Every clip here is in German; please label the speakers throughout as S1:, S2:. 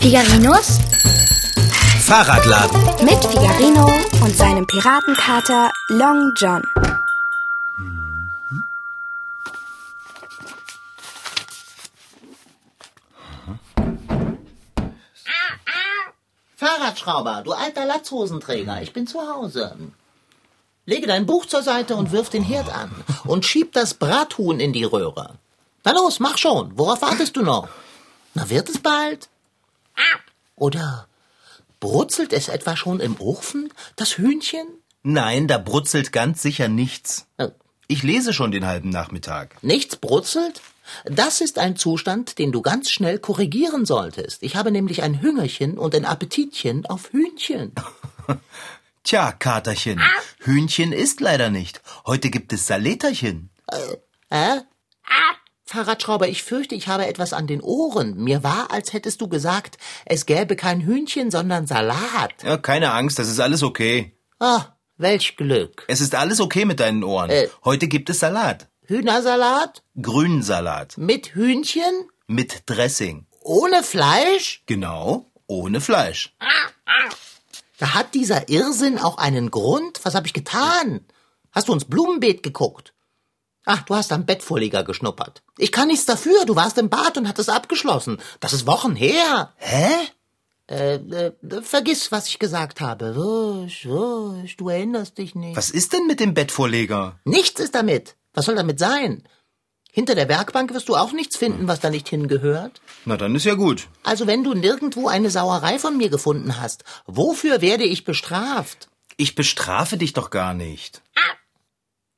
S1: Figarinos
S2: Fahrradladen.
S1: mit Figarino und seinem Piratenkater Long John.
S3: Fahrradschrauber, du alter
S2: Mhm.
S3: Latzhosenträger, ich bin zu Hause. Lege dein Buch zur Seite und wirf den Herd an und schieb das Brathuhn in die Röhre. Na los, mach schon. Worauf wartest du noch? Na, wird es bald? Oder brutzelt es etwa schon im Ofen, das Hühnchen?
S2: Nein, da brutzelt ganz sicher nichts.
S3: Äh,
S2: Ich lese schon den halben Nachmittag.
S3: Nichts brutzelt? Das ist ein Zustand, den du ganz schnell korrigieren solltest. Ich habe nämlich ein Hüngerchen und ein Appetitchen auf Hühnchen.
S2: Tja, Katerchen, Hühnchen ist leider nicht. Heute gibt es Saläterchen.
S3: Hä? Ah, Fahrradschrauber, ich fürchte, ich habe etwas an den Ohren. Mir war, als hättest du gesagt, es gäbe kein Hühnchen, sondern Salat.
S2: Ja, keine Angst, das ist alles okay.
S3: Ah, welch Glück.
S2: Es ist alles okay mit deinen Ohren.
S3: Äh.
S2: Heute gibt es Salat.
S3: Hühnersalat?
S2: Grünen Salat.
S3: Mit Hühnchen?
S2: Mit Dressing.
S3: Ohne Fleisch?
S2: Genau, ohne Fleisch.
S3: Da hat dieser Irrsinn auch einen Grund? Was habe ich getan? Hast du ins Blumenbeet geguckt? Ach, du hast am Bettvorleger geschnuppert. Ich kann nichts dafür. Du warst im Bad und hattest abgeschlossen. Das ist Wochen her.
S2: Hä?
S3: Äh, äh, vergiss, was ich gesagt habe. Wusch, wusch, du erinnerst dich nicht.
S2: Was ist denn mit dem Bettvorleger?
S3: Nichts ist damit. Was soll damit sein? Hinter der Werkbank wirst du auch nichts finden, was da nicht hingehört.
S2: Na, dann ist ja gut.
S3: Also wenn du nirgendwo eine Sauerei von mir gefunden hast, wofür werde ich bestraft?
S2: Ich bestrafe dich doch gar nicht.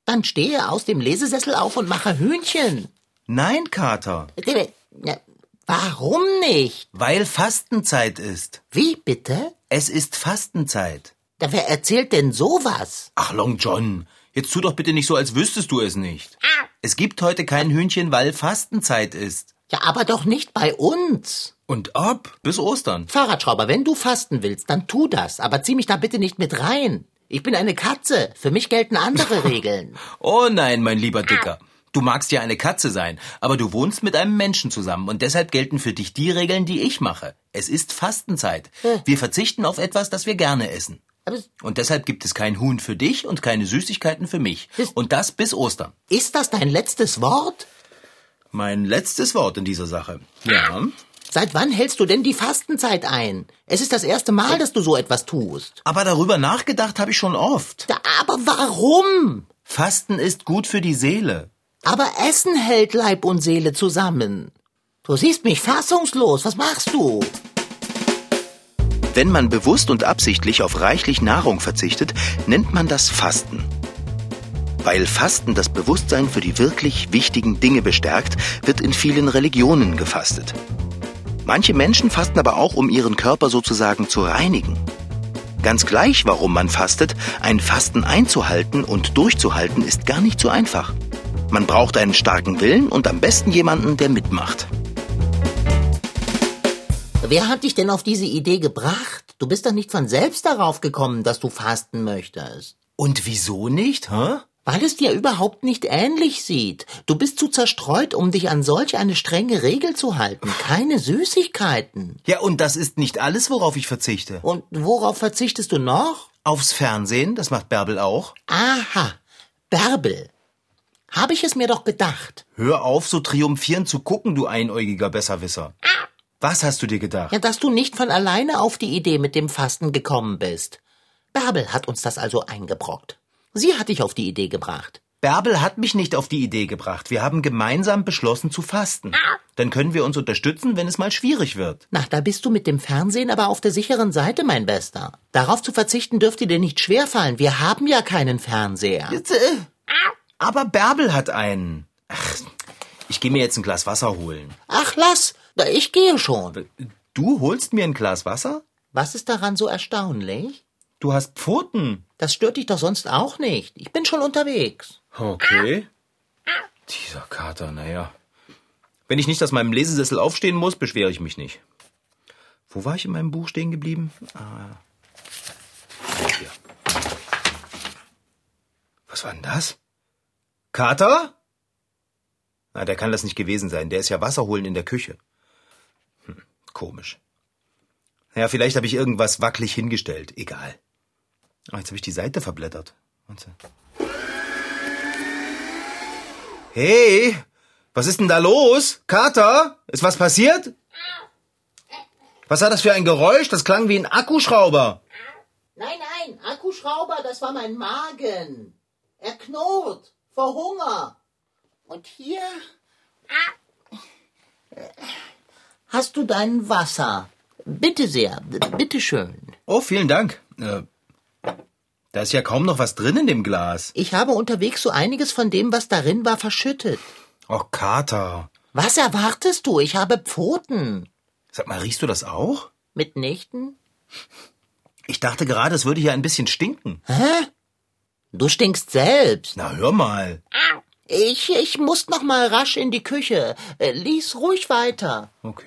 S3: Dann stehe aus dem Lesesessel auf und mache Hühnchen.
S2: Nein, Kater,
S3: Ja, Warum nicht?
S2: weil Fastenzeit ist.
S3: Wie bitte?
S2: Es ist Fastenzeit.
S3: Da wer erzählt denn sowas?
S2: Ach, Long John, jetzt tu doch bitte nicht so, als wüsstest du es nicht. Es gibt heute kein Hühnchen, weil Fastenzeit ist.
S3: Ja, aber doch nicht bei uns.
S2: Und ob? Bis Ostern.
S3: Fahrradschrauber, wenn du fasten willst, dann tu das, aber zieh mich da bitte nicht mit rein. Ich bin eine Katze. Für mich gelten andere Regeln.
S2: Oh nein, mein lieber Dicker. Du magst ja eine Katze sein, aber du wohnst mit einem Menschen zusammen und deshalb gelten für dich die Regeln, die ich mache. Es ist Fastenzeit. Wir verzichten auf etwas, das wir gerne essen.
S3: Aber
S2: Und deshalb gibt es kein Huhn für dich und keine Süßigkeiten für mich.
S3: Ist-
S2: Und das bis Ostern.
S3: Ist das dein letztes Wort?
S2: Mein letztes Wort in dieser Sache. Ja.
S3: Seit wann hältst du denn die Fastenzeit ein? Es ist das erste Mal, dass du so etwas tust.
S2: Aber darüber nachgedacht habe ich schon oft.
S3: Da, aber warum?
S2: Fasten ist gut für die Seele.
S3: Aber Essen hält Leib und Seele zusammen. Du siehst mich fassungslos. Was machst du?
S2: Wenn man bewusst und absichtlich auf reichlich Nahrung verzichtet, nennt man das Fasten. Weil Fasten das Bewusstsein für die wirklich wichtigen Dinge bestärkt, wird in vielen Religionen gefastet. Manche Menschen fasten aber auch, um ihren Körper sozusagen zu reinigen. Ganz gleich, warum man fastet, ein Fasten einzuhalten und durchzuhalten ist gar nicht so einfach. Man braucht einen starken Willen und am besten jemanden, der mitmacht.
S3: Wer hat dich denn auf diese Idee gebracht? Du bist doch nicht von selbst darauf gekommen, dass du fasten möchtest.
S2: Und wieso nicht, hä?
S3: Weil es dir überhaupt nicht ähnlich sieht. Du bist zu zerstreut, um dich an solch eine strenge Regel zu halten. Keine Süßigkeiten.
S2: Ja, und das ist nicht alles, worauf ich verzichte.
S3: Und worauf verzichtest du noch?
S2: Aufs Fernsehen, das macht Bärbel auch.
S3: Aha, Bärbel. Habe ich es mir doch gedacht.
S2: Hör auf, so triumphierend zu gucken, du einäugiger Besserwisser. Was hast du dir gedacht?
S3: Ja, dass du nicht von alleine auf die Idee mit dem Fasten gekommen bist. Bärbel hat uns das also eingebrockt. Sie hat dich auf die Idee gebracht.
S2: Bärbel hat mich nicht auf die Idee gebracht. Wir haben gemeinsam beschlossen zu fasten. Dann können wir uns unterstützen, wenn es mal schwierig wird.
S3: Na, da bist du mit dem Fernsehen aber auf der sicheren Seite, mein Bester. Darauf zu verzichten dürfte dir nicht schwerfallen. Wir haben ja keinen Fernseher.
S2: Aber Bärbel hat einen. Ach, ich gehe mir jetzt ein Glas Wasser holen.
S3: Ach, lass, Na, ich gehe schon.
S2: Du holst mir ein Glas Wasser?
S3: Was ist daran so erstaunlich?
S2: Du hast Pfoten.
S3: Das stört dich doch sonst auch nicht. Ich bin schon unterwegs.
S2: Okay. Dieser Kater, naja. Wenn ich nicht aus meinem Lesesessel aufstehen muss, beschwere ich mich nicht. Wo war ich in meinem Buch stehen geblieben? Ah. Hier. Was war denn das? Kater? Na, der kann das nicht gewesen sein. Der ist ja Wasser holen in der Küche. Hm, komisch. Ja, vielleicht habe ich irgendwas wackelig hingestellt. Egal. Ah, jetzt habe ich die Seite verblättert. Warte. Hey, was ist denn da los? Kater, ist was passiert? Was war das für ein Geräusch? Das klang wie ein Akkuschrauber.
S3: Nein, nein, Akkuschrauber, das war mein Magen. Er knurrt vor Hunger. Und hier hast du dein Wasser. Bitte sehr, b- bitteschön.
S2: Oh, vielen Dank. Äh, da ist ja kaum noch was drin in dem Glas.
S3: Ich habe unterwegs so einiges von dem, was darin war, verschüttet.
S2: Oh, Kater.
S3: Was erwartest du? Ich habe Pfoten.
S2: Sag mal, riechst du das auch?
S3: Mitnichten?
S2: Ich dachte gerade, es würde hier ein bisschen stinken.
S3: Hä? Du stinkst selbst.
S2: Na, hör mal.
S3: Ich, ich muss noch mal rasch in die Küche. Äh, Lies ruhig weiter.
S2: Okay.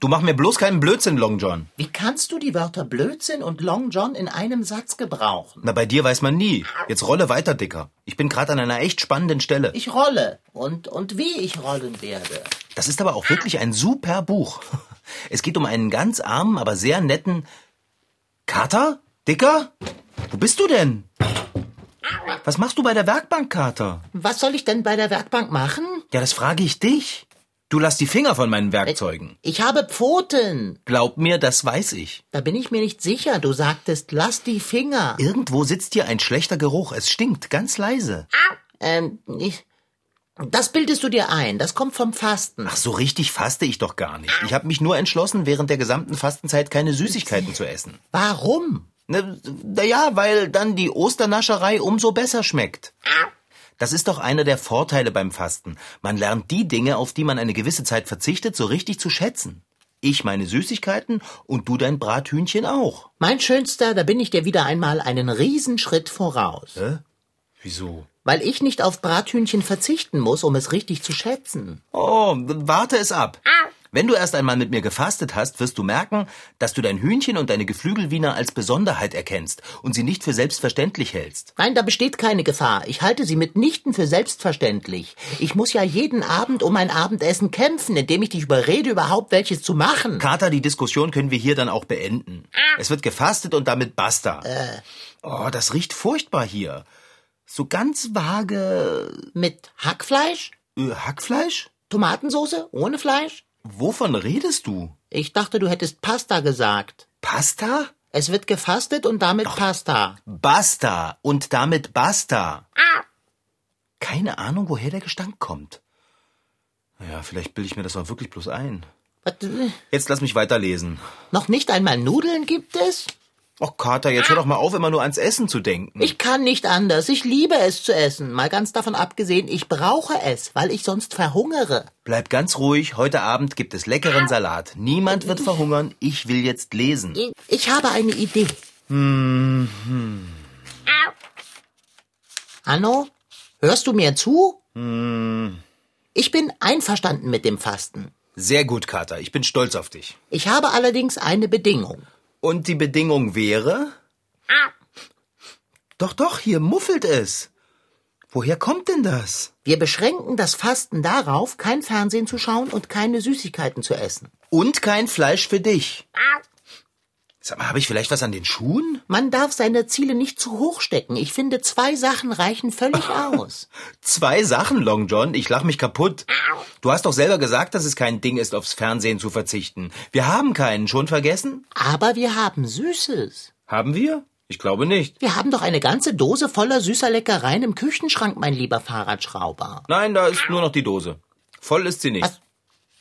S2: Du mach mir bloß keinen Blödsinn, Long John.
S3: Wie kannst du die Wörter Blödsinn und Long John in einem Satz gebrauchen?
S2: Na, bei dir weiß man nie. Jetzt rolle weiter, Dicker. Ich bin gerade an einer echt spannenden Stelle.
S3: Ich rolle und, und wie ich rollen werde.
S2: Das ist aber auch wirklich ein super Buch. Es geht um einen ganz armen, aber sehr netten Kater? Dicker? Wo bist du denn? Was machst du bei der Werkbank, Kater?
S3: Was soll ich denn bei der Werkbank machen?
S2: Ja, das frage ich dich. Du lass die Finger von meinen Werkzeugen.
S3: Ich habe Pfoten.
S2: Glaub mir, das weiß ich.
S3: Da bin ich mir nicht sicher. Du sagtest, lass die Finger.
S2: Irgendwo sitzt hier ein schlechter Geruch. Es stinkt, ganz leise.
S3: Ähm, ich, das bildest du dir ein. Das kommt vom Fasten.
S2: Ach, so richtig faste ich doch gar nicht. Ich habe mich nur entschlossen, während der gesamten Fastenzeit keine Süßigkeiten zu essen.
S3: Warum?
S2: Ne, Na ja, weil dann die Osternascherei umso besser schmeckt. Das ist doch einer der Vorteile beim Fasten. Man lernt die Dinge, auf die man eine gewisse Zeit verzichtet, so richtig zu schätzen. Ich meine Süßigkeiten und du dein Brathühnchen auch.
S3: Mein Schönster, da bin ich dir wieder einmal einen Riesenschritt voraus.
S2: Wieso?
S3: Weil ich nicht auf Brathühnchen verzichten muss, um es richtig zu schätzen.
S2: Oh, warte es ab. Wenn du erst einmal mit mir gefastet hast, wirst du merken, dass du dein Hühnchen und deine Geflügelwiener als Besonderheit erkennst und sie nicht für selbstverständlich hältst.
S3: Nein, da besteht keine Gefahr. Ich halte sie mitnichten für selbstverständlich. Ich muss ja jeden Abend um mein Abendessen kämpfen, indem ich dich überrede, überhaupt welches zu machen.
S2: Kater, die Diskussion können wir hier dann auch beenden. Es wird gefastet und damit basta. Oh, das riecht furchtbar hier. So ganz vage
S3: Mit Hackfleisch?
S2: äh, Hackfleisch?
S3: Tomatensoße? Ohne Fleisch?
S2: Wovon redest du?
S3: Ich dachte, du hättest Pasta gesagt.
S2: Pasta?
S3: Es wird gefastet und damit Pasta.
S2: Basta und damit basta. Keine Ahnung, woher der Gestank kommt. Ja, vielleicht bilde ich mir das auch wirklich bloß ein.
S3: Was, äh,
S2: Jetzt lass mich weiterlesen.
S3: Noch nicht einmal Nudeln gibt es?
S2: Och, Kater, jetzt hör doch mal auf, immer nur ans Essen zu denken.
S3: Ich kann nicht anders. Ich liebe es zu essen. Mal ganz davon abgesehen, ich brauche es, weil ich sonst verhungere.
S2: Bleib ganz ruhig, heute Abend gibt es leckeren Salat. Niemand wird verhungern, ich will jetzt lesen.
S3: Ich habe eine Idee. Hanno, hörst du mir zu? Ich bin einverstanden mit dem Fasten.
S2: Sehr gut, Kater, ich bin stolz auf dich.
S3: Ich habe allerdings eine Bedingung.
S2: Und die Bedingung wäre? Doch, doch, hier muffelt es. Woher kommt denn das?
S3: Wir beschränken das Fasten darauf, kein Fernsehen zu schauen und keine Süßigkeiten zu essen.
S2: Und kein Fleisch für dich. Sag mal, habe ich vielleicht was an den Schuhen?
S3: Man darf seine Ziele nicht zu hoch stecken. Ich finde, zwei Sachen reichen völlig aus.
S2: Zwei Sachen, Long John. Ich lach mich kaputt. Du hast doch selber gesagt, dass es kein Ding ist, aufs Fernsehen zu verzichten. Wir haben keinen. Schon vergessen?
S3: Aber wir haben Süßes.
S2: Haben wir? Ich glaube nicht.
S3: Wir haben doch eine ganze Dose voller süßer Leckereien im Küchenschrank, mein lieber Fahrradschrauber.
S2: Nein, da ist nur noch die Dose. Voll ist sie nicht.
S3: Was?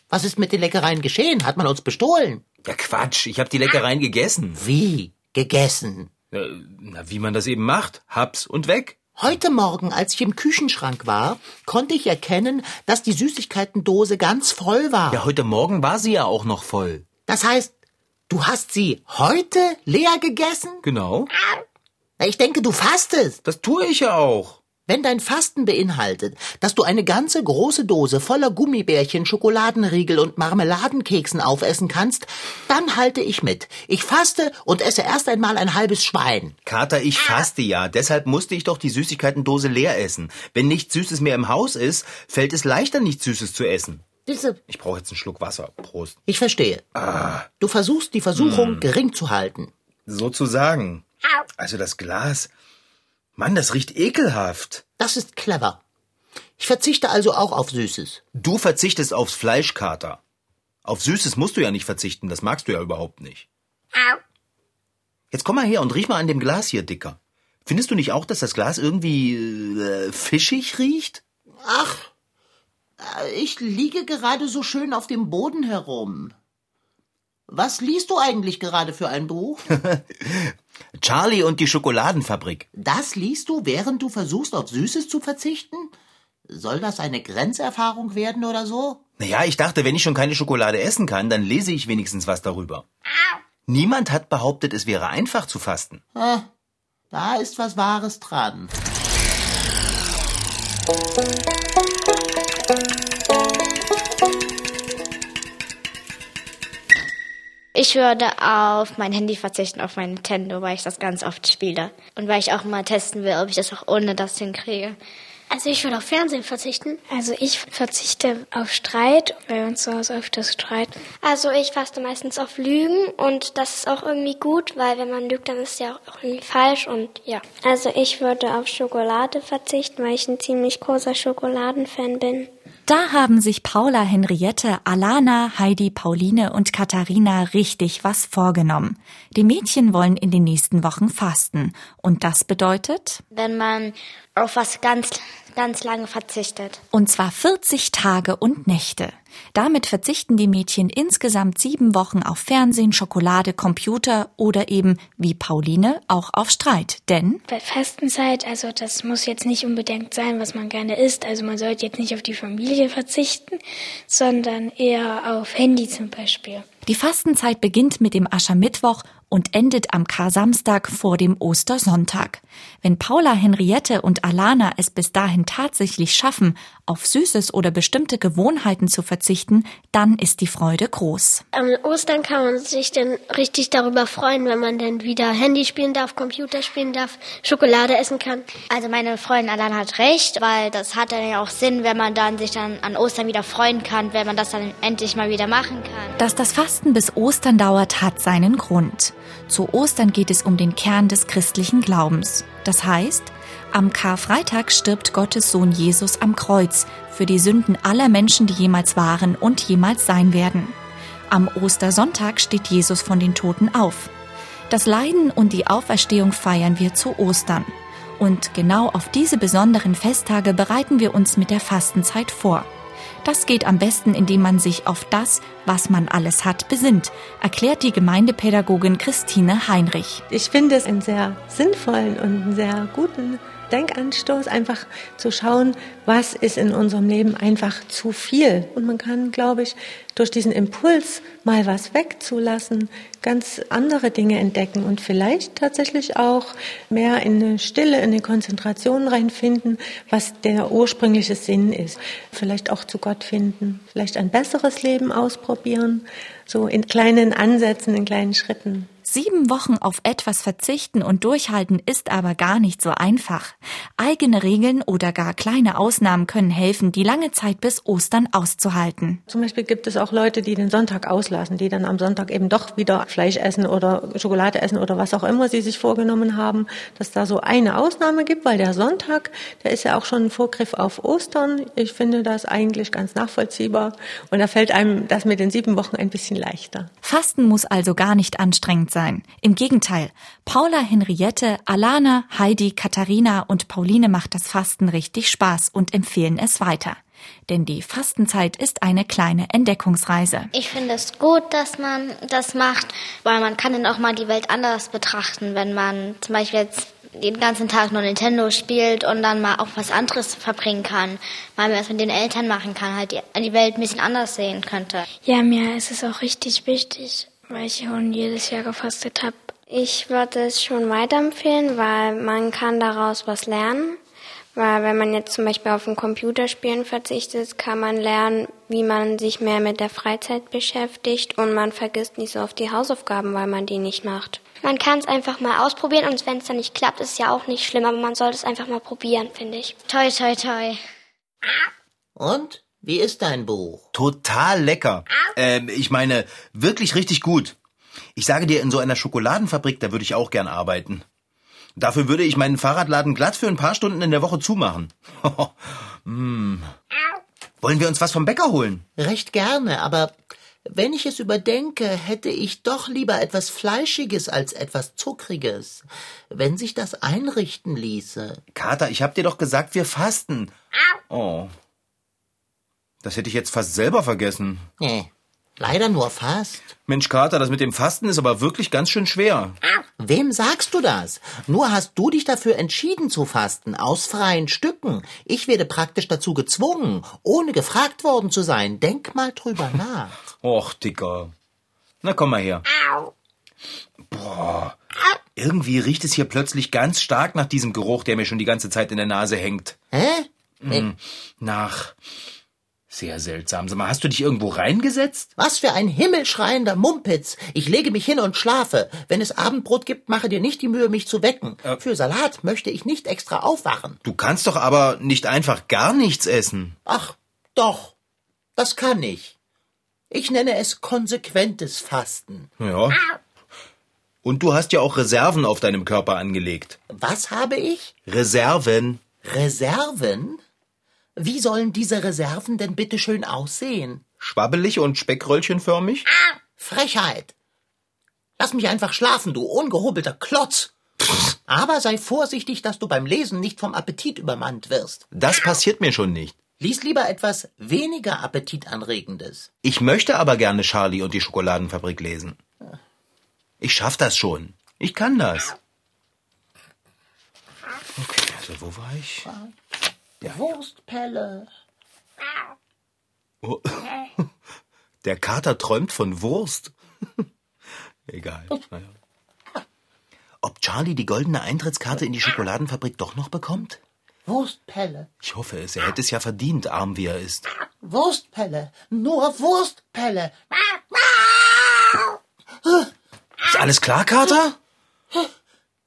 S3: Was ist mit den Leckereien geschehen? Hat man uns bestohlen?
S2: Ja, Quatsch. Ich habe die Leckereien gegessen.
S3: Wie? Gegessen.
S2: Äh, Na, wie man das eben macht. Hab's und weg.
S3: Heute Morgen, als ich im Küchenschrank war, konnte ich erkennen, dass die Süßigkeitendose ganz voll war.
S2: Ja, heute Morgen war sie ja auch noch voll.
S3: Das heißt, du hast sie heute leer gegessen?
S2: Genau.
S3: Na, Ich denke, du fastest.
S2: Das tue ich ja auch.
S3: Wenn dein Fasten beinhaltet, dass du eine ganze große Dose voller Gummibärchen, Schokoladenriegel und Marmeladenkeksen aufessen kannst, dann halte ich mit. Ich faste und esse erst einmal ein halbes Schwein.
S2: Kater, ich faste ja, deshalb musste ich doch die Süßigkeitendose leer essen. Wenn nichts Süßes mehr im Haus ist, fällt es leichter, nichts Süßes zu essen.
S3: Diese,
S4: Ich brauche jetzt einen Schluck Wasser. Prost.
S3: ich verstehe. Du versuchst, die Versuchung gering zu halten.
S4: Sozusagen. Also das Glas. Mann, das riecht ekelhaft.
S3: Das ist clever. Ich verzichte also auch auf Süßes.
S4: Du verzichtest aufs Fleisch, Kater. Auf Süßes musst du ja nicht verzichten, das magst du ja überhaupt nicht. Jetzt komm mal her und riech mal an dem Glas hier, Dicker. Findest du nicht auch, dass das Glas irgendwie äh, fischig riecht?
S3: Ach, äh, ich liege gerade so schön auf dem Boden herum. Was liest du eigentlich gerade für ein Buch?
S4: Charlie und die Schokoladenfabrik.
S3: Das liest du, während du versuchst, auf Süßes zu verzichten? Soll das eine Grenzerfahrung werden oder so?
S4: Naja, ich dachte, wenn ich schon keine Schokolade essen kann, dann lese ich wenigstens was darüber. Niemand hat behauptet, es wäre einfach zu fasten.
S3: Da ist was Wahres dran.
S5: Ich würde auf mein Handy verzichten, auf mein Nintendo, weil ich das ganz oft spiele. Und weil ich auch mal testen will, ob ich das auch ohne das hinkriege.
S6: Also ich würde auf Fernsehen verzichten.
S7: Also ich verzichte auf Streit, weil wir uns zu Hause öfters streiten.
S6: Also ich faste meistens auf Lügen und das ist auch irgendwie gut, weil wenn man lügt, dann ist es ja auch irgendwie falsch und ja.
S7: Also ich würde auf Schokolade verzichten, weil ich ein ziemlich großer Schokoladenfan bin.
S8: Da haben sich Paula, Henriette, Alana, Heidi, Pauline und Katharina richtig was vorgenommen. Die Mädchen wollen in den nächsten Wochen fasten. Und das bedeutet,
S5: Wenn man auf was ganz, ganz lange verzichtet.
S8: und zwar 40 Tage und Nächte. Damit verzichten die Mädchen insgesamt sieben Wochen auf Fernsehen, Schokolade, Computer oder eben, wie Pauline, auch auf Streit. Denn
S7: Bei Fastenzeit, also das muss jetzt nicht unbedingt sein, was man gerne isst. Also man sollte jetzt nicht auf die Familie verzichten, sondern eher auf Handy zum Beispiel.
S8: die Fastenzeit beginnt mit dem Aschermittwoch und endet am Kar-Samstag vor dem Ostersonntag. Wenn Paula, Henriette und Alana es bis dahin tatsächlich schaffen, auf Süßes oder bestimmte Gewohnheiten zu verzichten, dann ist die Freude groß.
S6: Am Ostern kann man sich dann richtig darüber freuen, wenn man dann wieder Handy spielen darf, Computer spielen darf, Schokolade essen kann.
S5: Also meine Freundin Alan hat recht, weil das hat dann ja auch Sinn, wenn man dann sich dann an Ostern wieder freuen kann, wenn man das dann endlich mal wieder machen kann.
S8: Dass das Fasten bis Ostern dauert, hat seinen Grund. Zu Ostern geht es um den Kern des christlichen Glaubens. Das heißt, am Karfreitag stirbt Gottes Sohn Jesus am Kreuz für die Sünden aller Menschen, die jemals waren und jemals sein werden. Am Ostersonntag steht Jesus von den Toten auf. Das Leiden und die Auferstehung feiern wir zu Ostern. Und genau auf diese besonderen Festtage bereiten wir uns mit der Fastenzeit vor. Das geht am besten, indem man sich auf das, was man alles hat, besinnt, erklärt die Gemeindepädagogin Christine Heinrich.
S9: Ich finde es einen sehr sinnvollen und einen sehr guten Denkanstoß, einfach zu schauen, was ist in unserem Leben einfach zu viel. Und man kann, glaube ich, durch diesen Impuls mal was wegzulassen, ganz andere Dinge entdecken und vielleicht tatsächlich auch mehr in eine Stille, in eine Konzentration reinfinden, was der ursprüngliche Sinn ist. Vielleicht auch zu Gott finden, vielleicht ein besseres Leben ausprobieren, so in kleinen Ansätzen, in kleinen Schritten.
S8: Sieben Wochen auf etwas verzichten und durchhalten ist aber gar nicht so einfach. Eigene Regeln oder gar kleine Ausnahmen können helfen, die lange Zeit bis Ostern auszuhalten.
S9: Zum Beispiel gibt es auch Leute, die den Sonntag auslassen, die dann am Sonntag eben doch wieder Fleisch essen oder Schokolade essen oder was auch immer sie sich vorgenommen haben, dass da so eine Ausnahme gibt, weil der Sonntag, der ist ja auch schon ein Vorgriff auf Ostern. Ich finde das eigentlich ganz nachvollziehbar und da fällt einem das mit den sieben Wochen ein bisschen leichter.
S8: Fasten muss also gar nicht anstrengend sein. Im Gegenteil, Paula, Henriette, Alana, Heidi, Katharina und Pauline macht das Fasten richtig Spaß und empfehlen es weiter. Denn die Fastenzeit ist eine kleine Entdeckungsreise.
S5: Ich finde es gut, dass man das macht, weil man kann dann auch mal die Welt anders betrachten, wenn man zum Beispiel jetzt den ganzen Tag nur Nintendo spielt und dann mal auch was anderes verbringen kann, mal was mit den Eltern machen kann, halt die, die Welt ein bisschen anders sehen könnte.
S7: Ja, mir ist es auch richtig wichtig, weil ich schon jedes Jahr gefastet habe.
S6: Ich würde es schon weiterempfehlen, weil man kann daraus was lernen. Weil wenn man jetzt zum Beispiel auf ein Computerspielen verzichtet, kann man lernen, wie man sich mehr mit der Freizeit beschäftigt und man vergisst nicht so oft die Hausaufgaben, weil man die nicht macht.
S7: Man kann es einfach mal ausprobieren und wenn es dann nicht klappt, ist ja auch nicht schlimm, aber man sollte es einfach mal probieren, finde ich.
S5: Toi, toi, toi.
S3: Und? Wie ist dein Buch?
S2: Total lecker. Ähm, ich meine, wirklich richtig gut. Ich sage dir, in so einer Schokoladenfabrik, da würde ich auch gern arbeiten. Dafür würde ich meinen Fahrradladen glatt für ein paar Stunden in der Woche zumachen. Mm. Wollen wir uns was vom Bäcker holen?
S3: Recht gerne, aber wenn ich es überdenke, hätte ich doch lieber etwas Fleischiges als etwas Zuckriges, wenn sich das einrichten ließe.
S2: Kater, ich hab dir doch gesagt, wir fasten. Oh. Das hätte ich jetzt fast selber vergessen.
S3: Nee, leider nur fast.
S2: Mensch, Kater, das mit dem Fasten ist aber wirklich ganz schön schwer.
S3: Wem sagst du das? Nur hast du dich dafür entschieden zu fasten, aus freien Stücken. Ich werde praktisch dazu gezwungen, ohne gefragt worden zu sein. Denk mal drüber nach.
S2: Och, Dicker. Na, komm mal her. Boah. Irgendwie riecht es hier plötzlich ganz stark nach diesem Geruch, der mir schon die ganze Zeit in der Nase hängt.
S3: Hä?
S2: Nach. Sehr seltsam. Sag mal, hast du dich irgendwo reingesetzt?
S3: Was für ein himmelschreiender Mumpitz. Ich lege mich hin und schlafe. Wenn es Abendbrot gibt, mache dir nicht die Mühe, mich zu wecken. Für Salat möchte ich nicht extra aufwachen.
S2: Du kannst doch aber nicht einfach gar nichts essen.
S3: Ach, doch. Das kann ich. Ich nenne es konsequentes Fasten.
S2: Ja. Und du hast ja auch Reserven auf deinem Körper angelegt.
S3: Was habe ich?
S2: Reserven.
S3: Reserven? Wie sollen diese Reserven denn bitte schön aussehen?
S2: Schwabbelig und speckröllchenförmig?
S3: Frechheit! Lass mich einfach schlafen, du ungehobelter Klotz! Aber sei vorsichtig, dass du beim Lesen nicht vom Appetit übermannt wirst.
S2: Das passiert mir schon nicht.
S3: Lies lieber etwas weniger appetitanregendes.
S2: Ich möchte aber gerne Charlie und die Schokoladenfabrik lesen. Ich schaff das schon. Ich kann das. Okay, also wo war ich?
S3: Wurstpelle.
S2: Oh. Der Kater träumt von Wurst. Egal. Naja. Ob Charlie die goldene Eintrittskarte in die Schokoladenfabrik doch noch bekommt?
S3: Wurstpelle.
S2: Ich hoffe es. Er hätte es ja verdient, arm wie er ist.
S3: Wurstpelle. Nur Wurstpelle.
S2: Ist alles klar, Kater?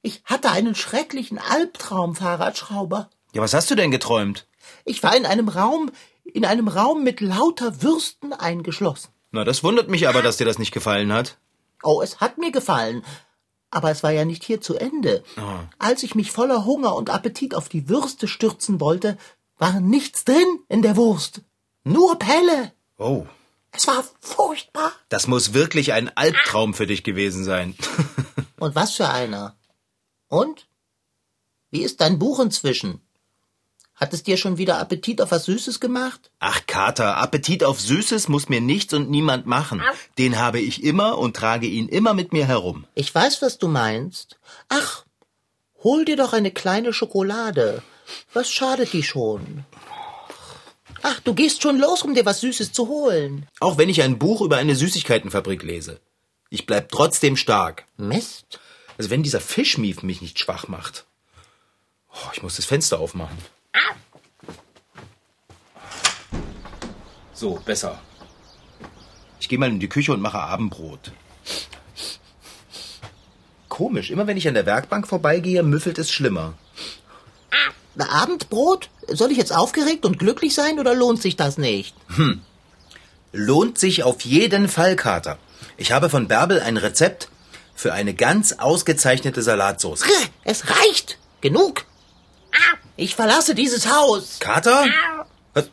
S3: Ich hatte einen schrecklichen Albtraum, Fahrradschrauber.
S2: Ja, was hast du denn geträumt?
S3: Ich war in einem Raum, in einem Raum mit lauter Würsten eingeschlossen.
S2: Na, das wundert mich aber, dass dir das nicht gefallen hat.
S3: Oh, es hat mir gefallen. Aber es war ja nicht hier zu Ende. Als ich mich voller Hunger und Appetit auf die Würste stürzen wollte, war nichts drin in der Wurst. Nur Pelle.
S2: Oh.
S3: Es war furchtbar.
S2: Das muss wirklich ein Albtraum für dich gewesen sein.
S3: Und was für einer? Und? Wie ist dein Buch inzwischen? Hat es dir schon wieder Appetit auf was Süßes gemacht?
S2: Ach, Kater, Appetit auf Süßes muss mir nichts und niemand machen. Den habe ich immer und trage ihn immer mit mir herum.
S3: Ich weiß, was du meinst. Ach, hol dir doch eine kleine Schokolade. Was schadet die schon? Ach, du gehst schon los, um dir was Süßes zu holen.
S2: Auch wenn ich ein Buch über eine Süßigkeitenfabrik lese. Ich bleib trotzdem stark.
S3: Mist.
S2: Also wenn dieser Fischmief mich nicht schwach macht. Oh, ich muss das Fenster aufmachen. So, besser. Ich gehe mal in die Küche und mache Abendbrot. Komisch, immer wenn ich an der Werkbank vorbeigehe, müffelt es schlimmer.
S3: Na, Abendbrot? Soll ich jetzt aufgeregt und glücklich sein oder lohnt sich das nicht?
S2: Lohnt sich auf jeden Fall, Kater. Ich habe von Bärbel ein Rezept für eine ganz ausgezeichnete Salatsauce.
S3: Es reicht. Genug. Ich verlasse dieses Haus.
S2: Kater? Was?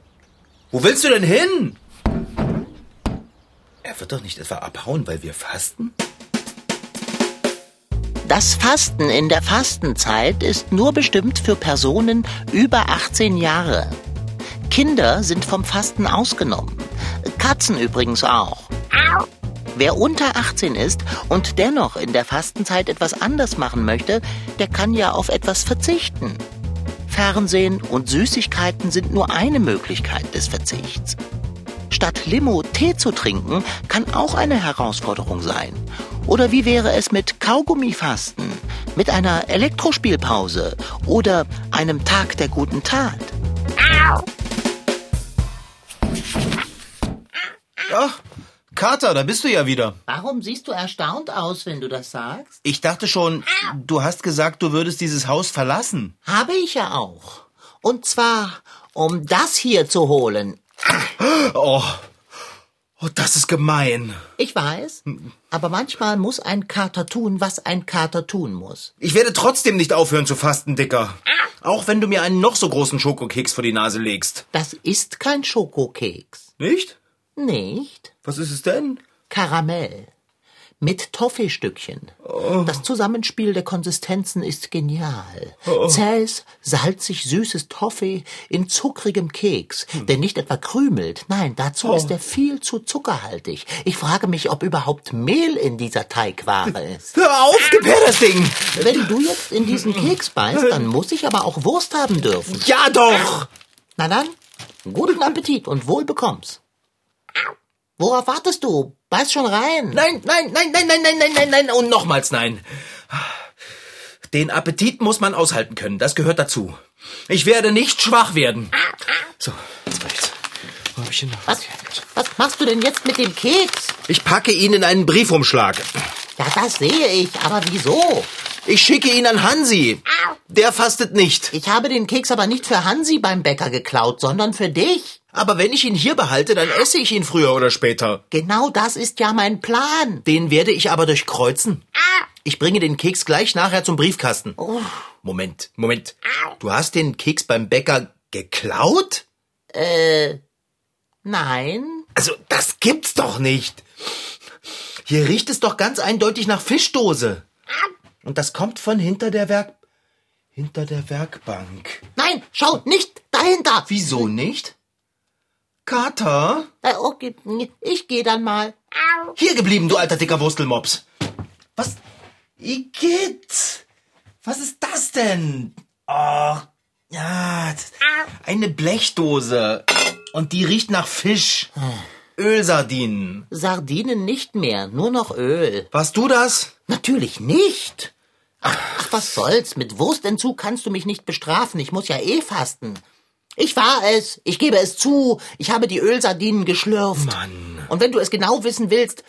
S2: Wo willst du denn hin? Er wird doch nicht etwa abhauen, weil wir fasten?
S3: Das Fasten in der Fastenzeit ist nur bestimmt für Personen über 18 Jahre. Kinder sind vom Fasten ausgenommen. Katzen übrigens auch. Wer unter 18 ist und dennoch in der Fastenzeit etwas anders machen möchte, der kann ja auf etwas verzichten. Fernsehen und Süßigkeiten sind nur eine Möglichkeit des Verzichts. Statt Limo Tee zu trinken, kann auch eine Herausforderung sein. Oder wie wäre es mit Kaugummifasten, mit einer Elektrospielpause oder einem Tag der guten Tat?
S2: Ach, Kater, da bist du ja wieder.
S3: Warum siehst du erstaunt aus, wenn du das sagst?
S2: Ich dachte schon, du hast gesagt, du würdest dieses Haus verlassen.
S3: Habe ich ja auch. Und zwar, um das hier zu holen.
S2: Oh, oh das ist gemein.
S3: Ich weiß, aber manchmal muss ein Kater tun, was ein Kater tun muss.
S2: Ich werde trotzdem nicht aufhören zu fasten, Dicker. Auch wenn du mir einen noch so großen Schokokeks vor die Nase legst.
S3: Das ist kein Schokokeks.
S2: Nicht?
S3: Nicht?
S2: Was ist es denn?
S3: Karamell. Mit Toffeestückchen. Das Zusammenspiel der Konsistenzen ist genial. Zähes, salzig süßes Toffee in zuckrigem Keks, der nicht etwa krümelt. Nein, dazu ist er viel zu zuckerhaltig. Ich frage mich, ob überhaupt Mehl in dieser Teigware ist.
S2: Hör auf, gib her das Ding!
S3: Wenn du jetzt in diesen Keks beißt, dann muss ich aber auch Wurst haben dürfen.
S2: Ja doch!
S3: Na dann, guten Appetit und wohl bekomm's. Worauf wartest du? Beiß schon rein.
S2: Nein, nein, nein, nein, nein, nein, nein, nein, nein und nochmals nein. Den Appetit muss man aushalten können, das gehört dazu. Ich werde nicht schwach werden. So, jetzt reicht's. Wo hab ich denn noch?
S3: Was, was machst du denn jetzt mit dem Keks?
S2: Ich packe ihn in einen Briefumschlag.
S3: Ja, das sehe ich, aber wieso?
S2: Ich schicke ihn an Hansi. Der fastet nicht.
S3: Ich habe den Keks aber nicht für Hansi beim Bäcker geklaut, sondern für dich.
S2: Aber wenn ich ihn hier behalte, dann esse ich ihn früher oder später.
S3: Genau das ist ja mein Plan.
S2: Den werde ich aber durchkreuzen. Ich bringe den Keks gleich nachher zum Briefkasten.
S3: Oh.
S2: Moment, Moment. Du hast den Keks beim Bäcker geklaut?
S3: Nein?
S2: Also, das gibt's doch nicht. Hier riecht es doch ganz eindeutig nach Fischdose. Und das kommt von hinter der Werk... hinter der Werkbank.
S3: Nein, schau nicht dahinter.
S2: Wieso nicht? Kater?
S3: Äh, Okay, ich gehe dann mal.
S2: Hier geblieben, du alter dicker Wurstelmops. Was? Igitt! Was ist das denn? Oh, ja, das- eine Blechdose. Und die riecht nach Fisch. Ölsardinen.
S3: Sardinen nicht mehr, nur noch Öl.
S2: Warst du das?
S3: Natürlich nicht. Ach, was soll's? Mit Wurstentzug kannst du mich nicht bestrafen. Ich muss ja eh fasten. Ich war es. Ich gebe es zu. Ich habe die Ölsardinen geschlürft.
S2: Mann.
S3: Und wenn du es genau wissen willst,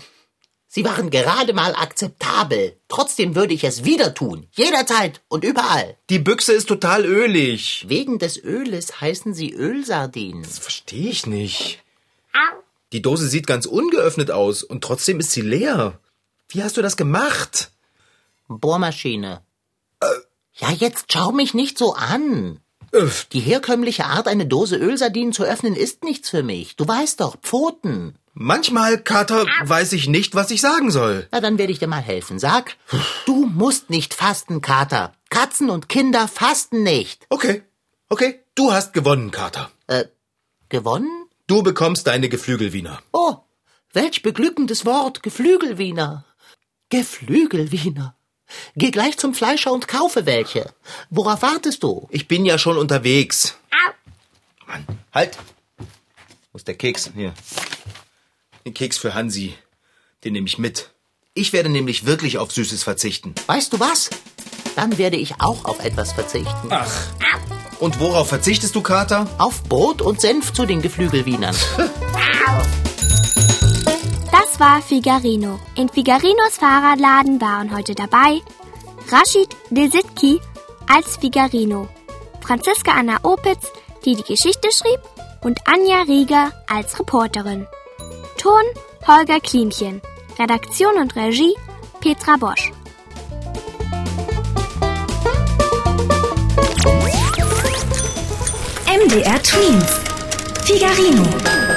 S3: sie waren gerade mal akzeptabel. Trotzdem würde ich es wieder tun. Jederzeit und überall.
S2: Die Büchse ist total ölig.
S3: Wegen des Öles heißen sie Ölsardinen.
S2: Das verstehe ich nicht. Die Dose sieht ganz ungeöffnet aus und trotzdem ist sie leer. Wie hast du das gemacht?
S3: Bohrmaschine. Ja, jetzt schau mich nicht so an.
S2: Öff.
S3: Die herkömmliche Art, eine Dose Ölsardinen zu öffnen, ist nichts für mich. Du weißt doch, Pfoten.
S2: Manchmal, Kater, weiß ich nicht, was ich sagen soll.
S3: Na, dann werde ich dir mal helfen. Sag, du musst nicht fasten, Kater. Katzen und Kinder fasten nicht.
S2: Okay, okay, du hast gewonnen, Kater.
S3: Gewonnen?
S2: Du bekommst deine Geflügelwiener.
S3: Oh, welch beglückendes Wort, Geflügelwiener. Geflügelwiener. Geh gleich zum Fleischer und kaufe welche. Worauf wartest du?
S2: Ich bin ja schon unterwegs. Mann, halt! Wo ist der Keks? Hier. Den Keks für Hansi. Den nehme ich mit. Ich werde nämlich wirklich auf Süßes verzichten.
S3: Weißt du was? Dann werde ich auch auf etwas verzichten.
S2: Ach. Und worauf verzichtest du, Kater?
S3: Auf Brot und Senf zu den Geflügelwienern.
S10: Das war Figarino. In Figarinos Fahrradladen waren heute dabei Rashid Desitki als Figarino, Franziska Anna Opitz, die die Geschichte schrieb, und Anja Rieger als Reporterin. Ton Holger Klimchen. Redaktion und Regie Petra Bosch.
S1: MDR Twins. Figarino.